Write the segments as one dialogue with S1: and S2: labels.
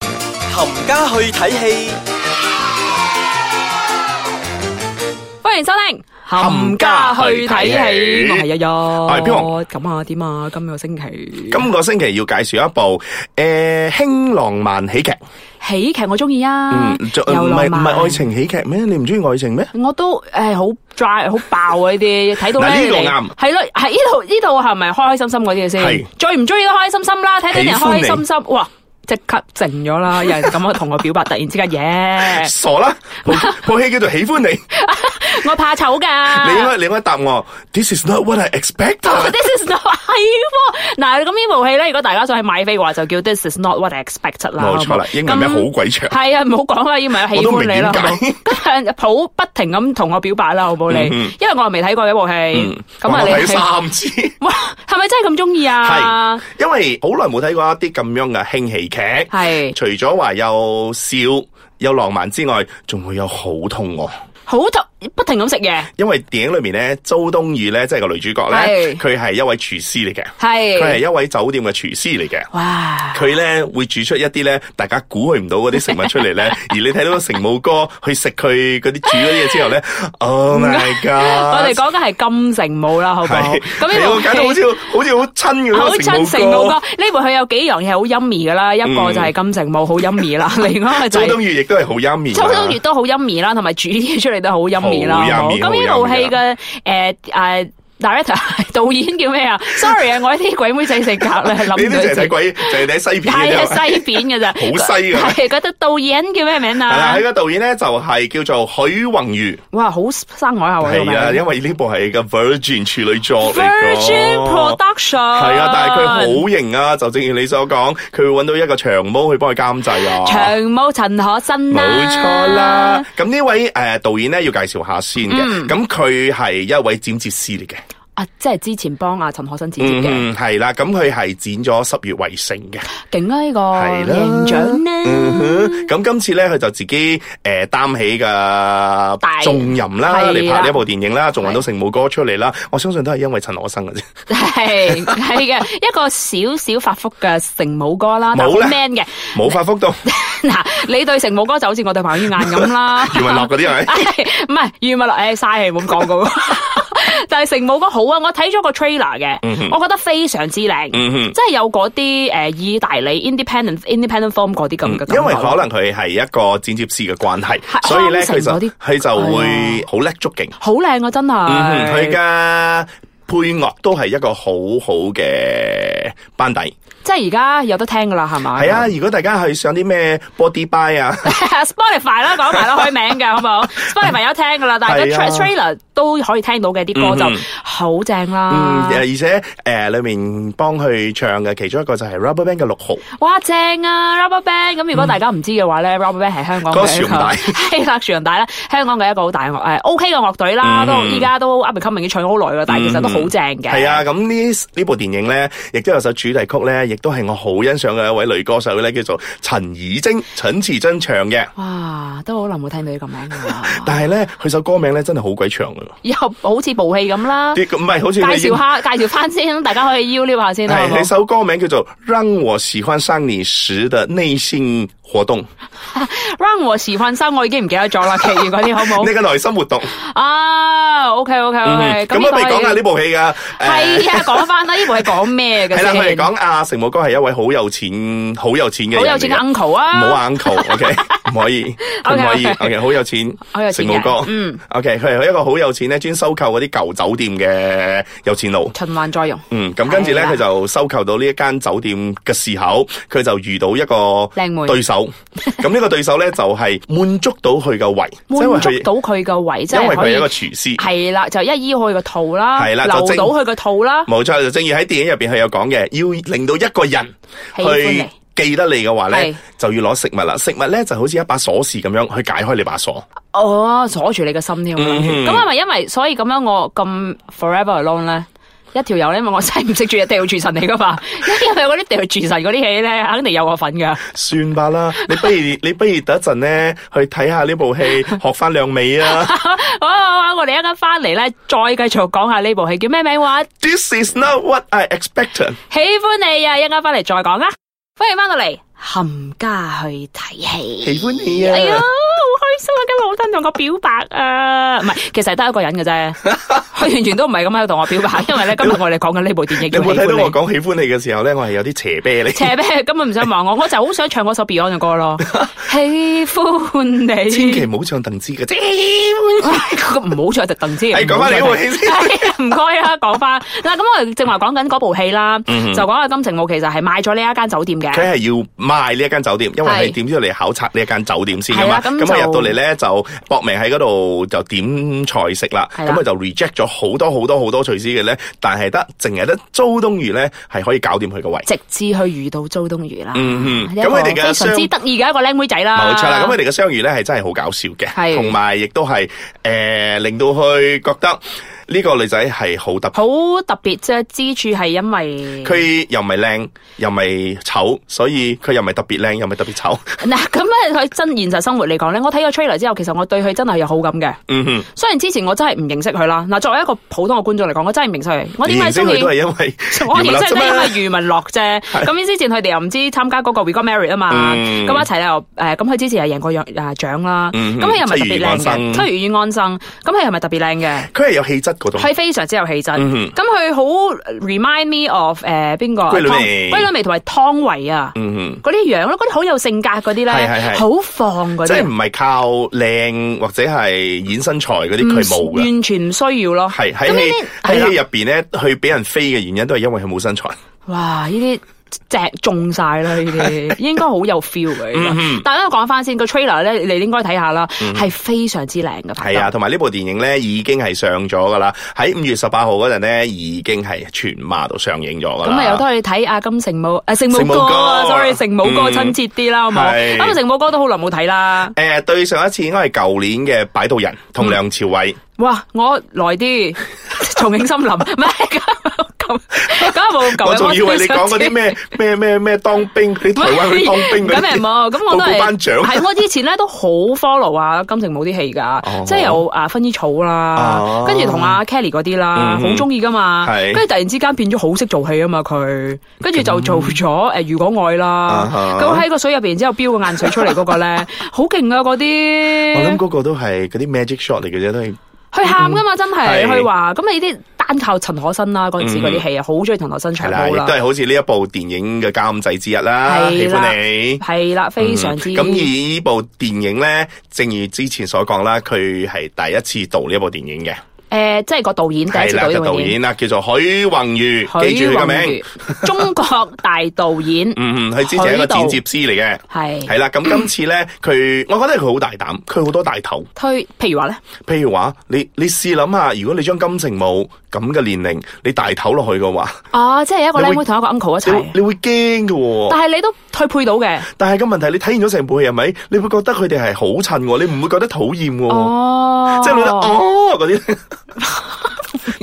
S1: 冚家去睇戲，
S2: 欢迎收听。
S3: 冚家去睇戲
S2: 我系日日，
S3: 我係
S2: 我
S3: 飄
S2: 咁啊點啊？今個星期
S3: 今個星期要介紹一部诶轻浪漫喜劇，
S2: 喜劇我中意啊
S3: 嗯，就，
S2: 又
S3: 唔係
S2: 浪
S3: 唔係
S2: 漫
S3: 愛，情喜劇咩？你唔中意愛情咩？
S2: 我都诶好 dry 好爆啊呢啲，睇到
S3: 嗱
S2: 咧
S3: 呢個
S2: 你
S3: 啱
S2: 係咯，係呢套呢套係咪開開心心嗰啲嘢先
S3: 係？
S2: 最唔中意都開開心心啦，睇到人
S3: 喜歡
S2: 開
S3: 你
S2: 開心心，哇！即刻靜咗啦！有人咁樣同我表白，突然之間 嘢，
S3: 傻啦， 部部戲叫做喜歡你，
S2: 我怕醜㗎。
S3: 你應該你應該答我，This is not what I expect。
S2: This is not 係喎，嗱咁呢部戲咧，如果大家想去買飛嘅話，就叫 This is not what I expected 啦。
S3: 冇錯啦，英文名好鬼長。
S2: 系啊，唔好講啦，英文喜
S3: 我都
S2: 歡
S3: 明
S2: 你啦，
S3: 點
S2: 好
S3: 解
S2: 冇？抱不停咁同我表白啦，好冇你？因為我又未睇過呢部戲，咁啊
S3: 嗯我
S2: 你
S3: 睇
S2: 係
S3: 咗三次。
S2: 哇，係咪真係咁中意啊？
S3: 係，因為好耐冇睇過一啲咁樣嘅輕喜劇，
S2: 係
S3: 除咗話有笑有浪漫之外，仲會有好痛喎。
S2: 好就不停咁食嘢，
S3: 因為電影裏面咧，周冬雨咧，即係個女主角
S2: 係
S3: 咧，佢係一位廚師嚟嘅，佢係
S2: 係
S3: 一位酒店嘅廚師嚟嘅。
S2: 哇，
S3: 佢咧會煮出一啲咧大家估佢唔到嗰啲食物出 嚟咧，而你睇到成武哥去食佢嗰啲煮嗰啲嘢之後咧，Oh my
S2: 我哋
S3: god！
S2: 講緊係金城武啦，好唔好？
S3: 係
S2: 咁
S3: 係我
S2: 呢
S3: 搞到
S2: 部
S3: 好
S2: 戲
S3: 似好 似好親咁
S2: 好
S3: 樣
S2: 親
S3: 成
S2: 城
S3: 武
S2: 武哥
S3: 哥。
S2: 呢部戲有幾樣嘢好陰霾噶啦，一個就係金城武好陰霾 啦，另外就
S3: 周
S2: 係
S3: 冬雨亦都係好陰面。啊
S2: 秋冬月都好陰面啦，同埋煮啲嘢出嚟都好陰面啦。
S3: 好陰
S2: 好冇
S3: 面
S2: 咁呢部戲嘅誒誒 director 導演叫咩啊？Sorry 啊，我呢啲鬼妹仔性格 咧諗
S3: 你
S2: 唔
S3: 呢啲就係
S2: 到
S3: 睇。鬼，就係睇西片
S2: 係
S3: 嘅
S2: 啊，
S3: 啫。
S2: 西片嘅咋，
S3: 好西啊
S2: 係嗰個導演叫咩名
S3: 係啦，
S2: 啊
S3: 佢？個導演咧就係叫做許宏宇，
S2: 哇，好生海下喎呢個
S3: 係啊，
S2: 名
S3: 因為呢部係個 Virgin 處女作嚟㗎
S2: Virgin Production
S3: 係啊，但係佢好型啊，就正如你所講，佢會揾到一個長毛去幫佢監製啊。
S2: 長毛陳可辛啦，
S3: 冇錯啦。，咁呢位誒、呃、導演咧要介紹下先嘅，咁佢係一位嗯剪接師嚟嘅，
S2: 啊，即係之前幫阿陳可辛剪接嘅，
S3: 嗯係啦，咁佢係剪咗《十月圍城》嘅，
S2: 勁啊呢個
S3: 係啦
S2: 贏獎
S3: 嗯
S2: 呢。
S3: 哼，咁今次咧佢就自己誒、呃、擔起
S2: 大
S3: 嘅重任啦，
S2: 係
S3: 嚟
S2: 啦
S3: 拍呢一部電影啦，仲揾到成武哥出嚟啦，我相信都係因為陳可辛嘅啫，
S2: 系系嘅，一個少少發福嘅成武哥啦，但好
S3: 冇呢
S2: man 嘅。
S3: 冇發福 到
S2: 嗱，你對成武哥就好似我對彭于晏咁 啦，
S3: 余文樂嗰啲係咪？
S2: 唔係余文樂，诶嘥氣冇咁講 噶。但係成武哥好啊，我睇咗個 trailer 嘅，我覺得非常之靚，
S3: 嗯哼。
S2: 即係有嗰啲诶意大利 independent independent form 嗰啲咁嘅感覺。
S3: 嗯因為可能佢係一個剪接師嘅關係，
S2: 係
S3: 所以咧
S2: 康
S3: 佢
S2: 城嗰啲
S3: 就佢就
S2: 係
S3: 會好叻捉勁。
S2: 好靚啊，真
S3: 嗯哼，佢
S2: 係，
S3: 嘅配樂都係一個好好嘅班底。
S2: 即係而家有得聽噶啦，係咪？
S3: 係啊，如果大家去上啲咩 Body Buy 啊，
S2: Spotify 啦，講埋啦，開名嘅好唔 好？Spotify 有聽噶啦，但係個
S3: 係啊
S2: tra- trailer 都可以聽到嘅啲歌
S3: 嗯
S2: 就
S3: 哼
S2: 好正
S3: 嗯，
S2: 啦
S3: 而。且誒裏面幫佢唱嘅其中一個就係 Rubberband 嘅六號，
S2: 哇，正啊！Rubberband 咁，如果大家唔知嘅話咧，Rubberband 係香港
S3: 嗰個
S2: 嘅一個
S3: 船嗯大
S2: 係啦，船大啦，香港嘅一個好大樂誒 OK 嘅樂隊啦，
S3: 嗯
S2: 都依家都 up and coming 已經唱咗好耐啦，但係其實都好正嘅。
S3: 係啊，咁呢呢部電影咧，亦都有首主題曲咧，亦都係我好欣賞嘅一位女歌手咧，叫做陳綺貞、陳綺貞唱嘅。
S2: 哇，都好耐冇聽到呢個名啦，
S3: 但係咧，佢首歌名咧真係好鬼長㗎
S2: 又好似部戲咁啦。
S3: 喎，啲唔係好似
S2: 介
S3: 你英
S2: 紹下，介紹翻先，大家可以邀撩下先啦。好
S3: 系，
S2: 冇
S3: 你首歌名叫做《让我喜欢上你时的内心活動》，
S2: Run 和時分生，我已經唔記得咗啦，其餘嗰啲好冇
S3: 你？嘅內心活動。嗯
S2: 啊，OK OK OK，
S3: 咁我未講下呢部戲噶，誒
S2: 系啊，講翻啦，呢部係講咩嘅
S3: 係啦，我哋
S2: 先？
S3: 講阿成武哥係一位好有錢、好有錢嘅人
S2: 好
S3: 嚟嘅
S2: 有錢嘅 uncle
S3: 唔好
S2: 啊，
S3: 話 uncle，OK，唔可以，唔
S2: OK，OK
S3: 可以，OK，好有錢
S2: 好有，錢
S3: 成
S2: 嘅
S3: 武哥，
S2: 嗯
S3: ，OK，佢係一個好有錢咧，專收購嗰啲舊酒店嘅有錢佬。
S2: 循環再用，
S3: 嗯，咁跟住咧，
S2: 係啦
S3: 佢就收購到呢一間酒店嘅時候，佢就遇到一個
S2: 靚妹
S3: 對手。咁呢個對手咧就係滿足到佢嘅胃，
S2: 滿
S3: 因為
S2: 足
S3: 佢
S2: 到佢個位，即
S3: 因為
S2: 係
S3: 佢
S2: 可
S3: 係一個
S2: 以
S3: 廚師。
S2: 係啦，就一醫好佢個肚啦，
S3: 係
S2: 留
S3: 啦
S2: 到
S3: 就正
S2: 佢個肚啦，
S3: 冇錯，就正如喺電影入邊佢有講嘅，要令到一個人
S2: 喜歡
S3: 去
S2: 你。
S3: 記得你嘅話
S2: 係
S3: 咧，就要攞食物啦。食物咧就好似一把鎖匙咁樣去解開你把鎖。
S2: 哦，鎖住你個心添啊。咁係咪因為所以咁樣我咁 forever alone 咧？一條友咧，因為我真係唔識住掉住神嚟噶嘛， 因為嗰啲掉住神嗰啲戲咧，肯定有我份噶。
S3: 算吧啦，你不如你不如等一陣咧去睇下呢部戲，學翻 兩味啊。
S2: 好好好，我哋一陣翻嚟咧，再繼續講下呢部戲叫咩名話？
S3: This is not what I expected。
S2: 喜歡你啊！一陣間翻嚟再講啦。欢迎翻到嚟，冚家去睇戲。
S3: 喜歡你
S2: 哎呀，
S3: 啊
S2: 好！开心啊！今日好多人同我表白啊，唔系，其实係得一个人嘅啫， 佢完全都唔系咁喺度同我表白，因为咧今日我哋讲紧呢部电影
S3: 你
S2: 叫
S3: 有
S2: 喜歡你。
S3: 冇睇到我講喜歡你嘅時候咧？我係有啲 斜啤你。
S2: 斜咩？根本唔想望我，我就好想唱嗰首 Beyond 嘅歌 咯。喜歡你，
S3: 千祈唔好唱鄧 芝嘅啫。
S2: 哎唔好唱特鄧之。
S3: 係哎講翻你部戲 先。
S2: 係哎唔該啦，講翻嗱，咁我哋正話講緊嗰部戲啦，
S3: 嗯
S2: 就講阿金城武其實係買咗呢一間酒店嘅，
S3: 佢係要賣呢一間酒店，因為
S2: 係
S3: 係點知道你考察呢一間酒店先噶嘛。
S2: 係啦咁
S3: 咁啊
S2: 就
S3: 入到嚟咧就搏命喺嗰度就點菜式啦。
S2: 係
S3: 咁
S2: 啦
S3: 啊就 reject 咗好多好多好多廚師嘅咧，但係得淨係得周冬雨咧係可以搞掂佢個位。
S2: 直至去遇到周冬雨啦。
S3: 嗯嗯
S2: 一個
S3: 咁佢哋
S2: 非
S3: 嘅
S2: 常之
S3: 相
S2: 得意嘅一個靚妹仔啦，
S3: 冇錯啦，咁佢哋嘅相遇咧係真係好搞笑嘅，
S2: 係
S3: 同埋亦都係诶令到佢覺得呢個女仔係好特別，
S2: 好特別啫，之處係因為
S3: 佢又唔係靚，又唔係醜，所以佢又唔係特別靚，又唔係特別醜。
S2: 嗱咁咧，佢真現實生活嚟講咧，我睇咗 trailer 之後，其實我對佢真係有好感嘅。
S3: 嗯哼，
S2: 雖然之前我真係唔認識佢啦，嗱，作為一個普通嘅觀眾嚟講，我真係唔認識佢。我
S3: 你
S2: 點解
S3: 認識
S2: 中
S3: 佢
S2: 意
S3: 都？係因 為
S2: 我
S3: 余
S2: 認
S3: 文樂
S2: 識佢因
S3: 啫嘛
S2: 為余文樂啫。咁之前佢哋又唔知參加嗰個 We Got Married 啊嘛，
S3: 嗯
S2: 咁一齊咧又誒，咁佢之前又贏過獎誒獎啦。
S3: 嗯
S2: 咁佢又唔係特別靚
S3: 七月與安生
S2: 嘅，七月與安生，咁佢又唔係特別靚嘅，
S3: 佢係有氣質嗰種。
S2: 佢非常之有氣質。
S3: 嗯哼
S2: 咁佢好 remind me of 誒邊個啊？
S3: 龜女
S2: 湯
S3: 眉
S2: 龜女眉同埋湯唯啊，
S3: 嗯哼。
S2: 嗰啲樣咯，嗰啲好有性格嗰啲
S3: 係係
S2: 咧，
S3: 係
S2: 好放嗰
S3: 即係
S2: 啲
S3: 唔。係靠靚或者係演身材嗰啲，
S2: 唔
S3: 佢冇嘅。
S2: 完全唔需要咯。
S3: 係
S2: 嗯咁
S3: 喺
S2: 呢啲
S3: 戲
S2: 係啦啊
S3: 喺戲入边咧，佢俾人飛嘅原因都係因為佢冇身材。
S2: 哇！呢啲隻中晒啦，呢 啲應該好有 feel 嘅。應該但係咧，我講翻先個 trailer 咧，你應該睇下啦，係非常之靚嘅。拍
S3: 係
S2: 得
S3: 啊，，同埋呢部電影咧已經係上咗噶啦，喺五月十八號嗰陣咧已經係全馬度上映咗噶
S2: 咁
S3: 啦。
S2: 啊有得去睇阿金城武啊，城武哥
S3: 城
S2: 啊
S3: 武哥
S2: ，sorry，城武哥
S3: 嗯
S2: 親切啲啦，好冇？
S3: 係
S2: 咁啊，城武哥都好耐冇睇 啦。
S3: 诶、對上一次應該係舊年嘅《擺渡人》同梁朝偉，
S2: 哇！我來啲重慶森林，唔係咁咁咁冇咁舊嘅。
S3: 我仲以為你講
S2: 非常之
S3: 嗰啲咩咩咩咩當兵，你 台灣去當兵嗰
S2: 咁咪
S3: 啲，
S2: 冇，咁我都
S3: 報告
S2: 係
S3: 頒獎
S2: 係我以前咧都好 follow 啊金城武啲戲㗎，
S3: 哦
S2: 即係有啊薰衣草啦
S3: 哦，
S2: 跟住同阿 Kelly 嗰啲啦，
S3: 嗯
S2: 好中意㗎嘛。
S3: 係嗯
S2: 跟住突然之間變咗好識做戲啊嘛佢，跟住就做咗誒如果愛啦
S3: 啊，哈
S2: 咁喺個水入邊之後飆個眼水出嚟嗰個 咧，好勁啊嗰
S3: 我諗
S2: 啲，
S3: 嗰個都係嗰啲 magic shot 嚟嘅啫，都係。
S2: 佢喊㗎嘛真係，
S3: 嗯係
S2: 佢話咁你啲單靠陳可辛啦嗰陣時嗰啲
S3: 嗯
S2: 戲啊，好中意陳可辛
S3: 係
S2: 唱
S3: 啦，
S2: 歌
S3: 亦
S2: 啦
S3: 都，係好似呢一部電影嘅監製之一啦，喜
S2: 係啦
S3: 歡你。
S2: 係啦，非常之
S3: 嗯咁、而呢部電影咧，正如之前所講啦，佢係第一次導呢一部電影嘅，
S2: 誒，即係個導演第一
S3: 係
S2: 次
S3: 啦
S2: 導
S3: 個
S2: 呢部
S3: 導
S2: 電影。
S3: 演啦，叫做許宏宇，記
S2: 許
S3: 住佢個
S2: 宏
S3: 名
S2: 宇。，中國大導演
S3: 嗯嗯，佢之前係一個剪接師嚟嘅。
S2: 係
S3: 係啦，咁今次咧，佢我覺得佢好大膽，佢好多大頭。
S2: 推，譬如話咧，
S3: 譬如話，你你試諗下，如果你將金城武咁嘅年齡，你大頭落去嘅話，
S2: 哦，即係一個
S3: 你
S2: 靚
S3: 會
S2: 妹同一個 uncle 一
S3: 你會
S2: 齊，
S3: 你會驚嘅喎。
S2: 但係你都推配到嘅。
S3: 但係個問題，你睇完咗成部戲係咪？你會覺得佢哋係好襯喎，你唔會覺得討厭喎。
S2: 哦，
S3: 即係你覺得哦嗰啲，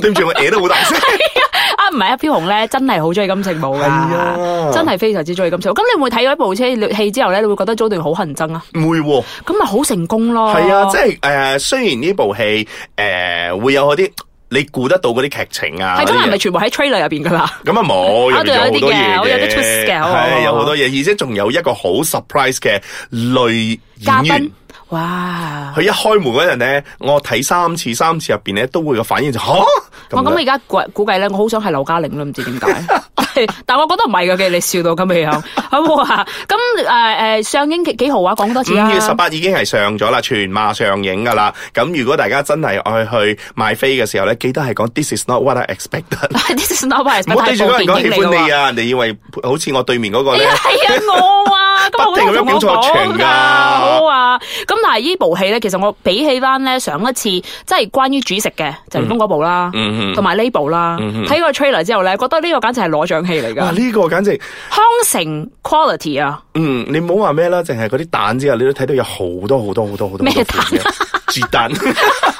S3: 對唔住我嘢都好大聲。
S2: 啊，唔係啊，飄紅咧真係好中意金城武㗎，
S3: 係啊
S2: 真係非常之中意金城武。咁你會睇咗一部車戲之後咧，你會覺得早段好恨憎啊，
S3: 唔會喎，
S2: 咁咪好成功咯。
S3: 係啊，即係誒，雖然呢部戲誒會有嗰啲你估得到嗰啲劇情啊，
S2: 係
S3: 嗰
S2: 咁，
S3: 啲
S2: 係咪
S3: 嘢
S2: 全部喺 trailer 入邊㗎啦？
S3: 咁啊冇，入
S2: 啊
S3: 面有好多嘢
S2: 有啲嘅有啲 twist 嘅
S3: 係
S2: 哦
S3: 有好多嘢，而且仲有一個好 surprise 嘅女
S2: 嘉
S3: 演員
S2: 賓。，哇！
S3: 佢一開門嗰陣咧，我睇三次，三次入邊咧都會個反應就嚇
S2: 我哦咁
S3: 樣
S2: 而家估估計咧，我好想係劉嘉玲啦，唔知點解。 但係但我覺得唔係嘅，嘅你笑到咁嘅樣，好冇啊？咁誒誒上映幾幾號啊？講多次啊！
S3: 五月十八已經係上咗啦，全馬上映噶啦。咁如果大家真係愛去買飛嘅時候咧，記得係講 This is not what I expected。
S2: This is not my
S3: 唔好對住嗰個人講喜歡你
S2: 啊！
S3: 啊！人哋以為好似我對面嗰個
S2: 哎
S3: 咧
S2: 呀，係啊，我 啊，咁好多人同我
S3: 不停咁樣表錯場
S2: 講
S3: 㗎
S2: 㗎，好啊。咁但係呢部戲咧，其實我比起翻咧上一次，即係關於煮食嘅就係風嗰部啦，
S3: 嗯
S2: 同埋呢部啦，
S3: 嗯
S2: 睇個 trailer 之後咧，覺得呢個簡直係攞獎戲嚟
S3: 哇！
S2: 㗎，
S3: 啊呢個簡直，
S2: 康城 quality 啊！
S3: 嗯，你唔好話咩啦，淨係嗰啲蛋之後，你都睇到有好多好多好多好多
S2: 咩
S3: 好多
S2: 蛋
S3: 款嘅絕蛋，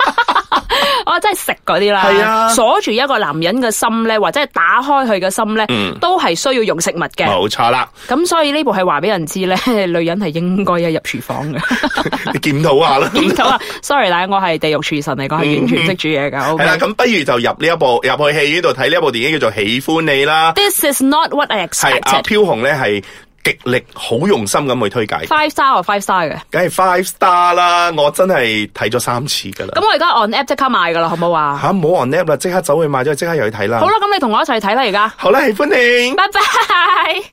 S2: 我哦真係食嗰啲啦，
S3: 係啊
S2: 鎖住一個男人嘅心咧，或者係打開佢嘅心咧，
S3: 嗯
S2: 都係需要用食物嘅。
S3: 冇錯啦，
S2: 咁所以呢 部係話俾人知咧，女人係應該一入廚房 嘅。
S3: 你檢討 下啦。
S2: 見到啊，sorry 啦，我係地獄廚神嚟講，係完全唔識煮嘢㗎。
S3: 嗯係啦，
S2: OK。
S3: 咁不如就入呢一部入去戲院度睇呢一部電影叫做《喜歡你》啦。
S2: This is not what I
S3: 係阿啊
S2: expected。
S3: 飄紅咧係極力好用心咁去推介，
S2: five star 啊 five star 嘅。
S3: 梗係 five star 啦！我真係睇咗三次噶啦
S2: 咁。我而家 on app 即刻買噶啦，好唔好啊？
S3: 吓，唔好 on 啊 app 啦，即刻走去買咗，即刻又去睇啦
S2: 好。啦，咁你同我一齊睇啦，而家，
S3: 好啦，喜歡你。
S2: 拜拜。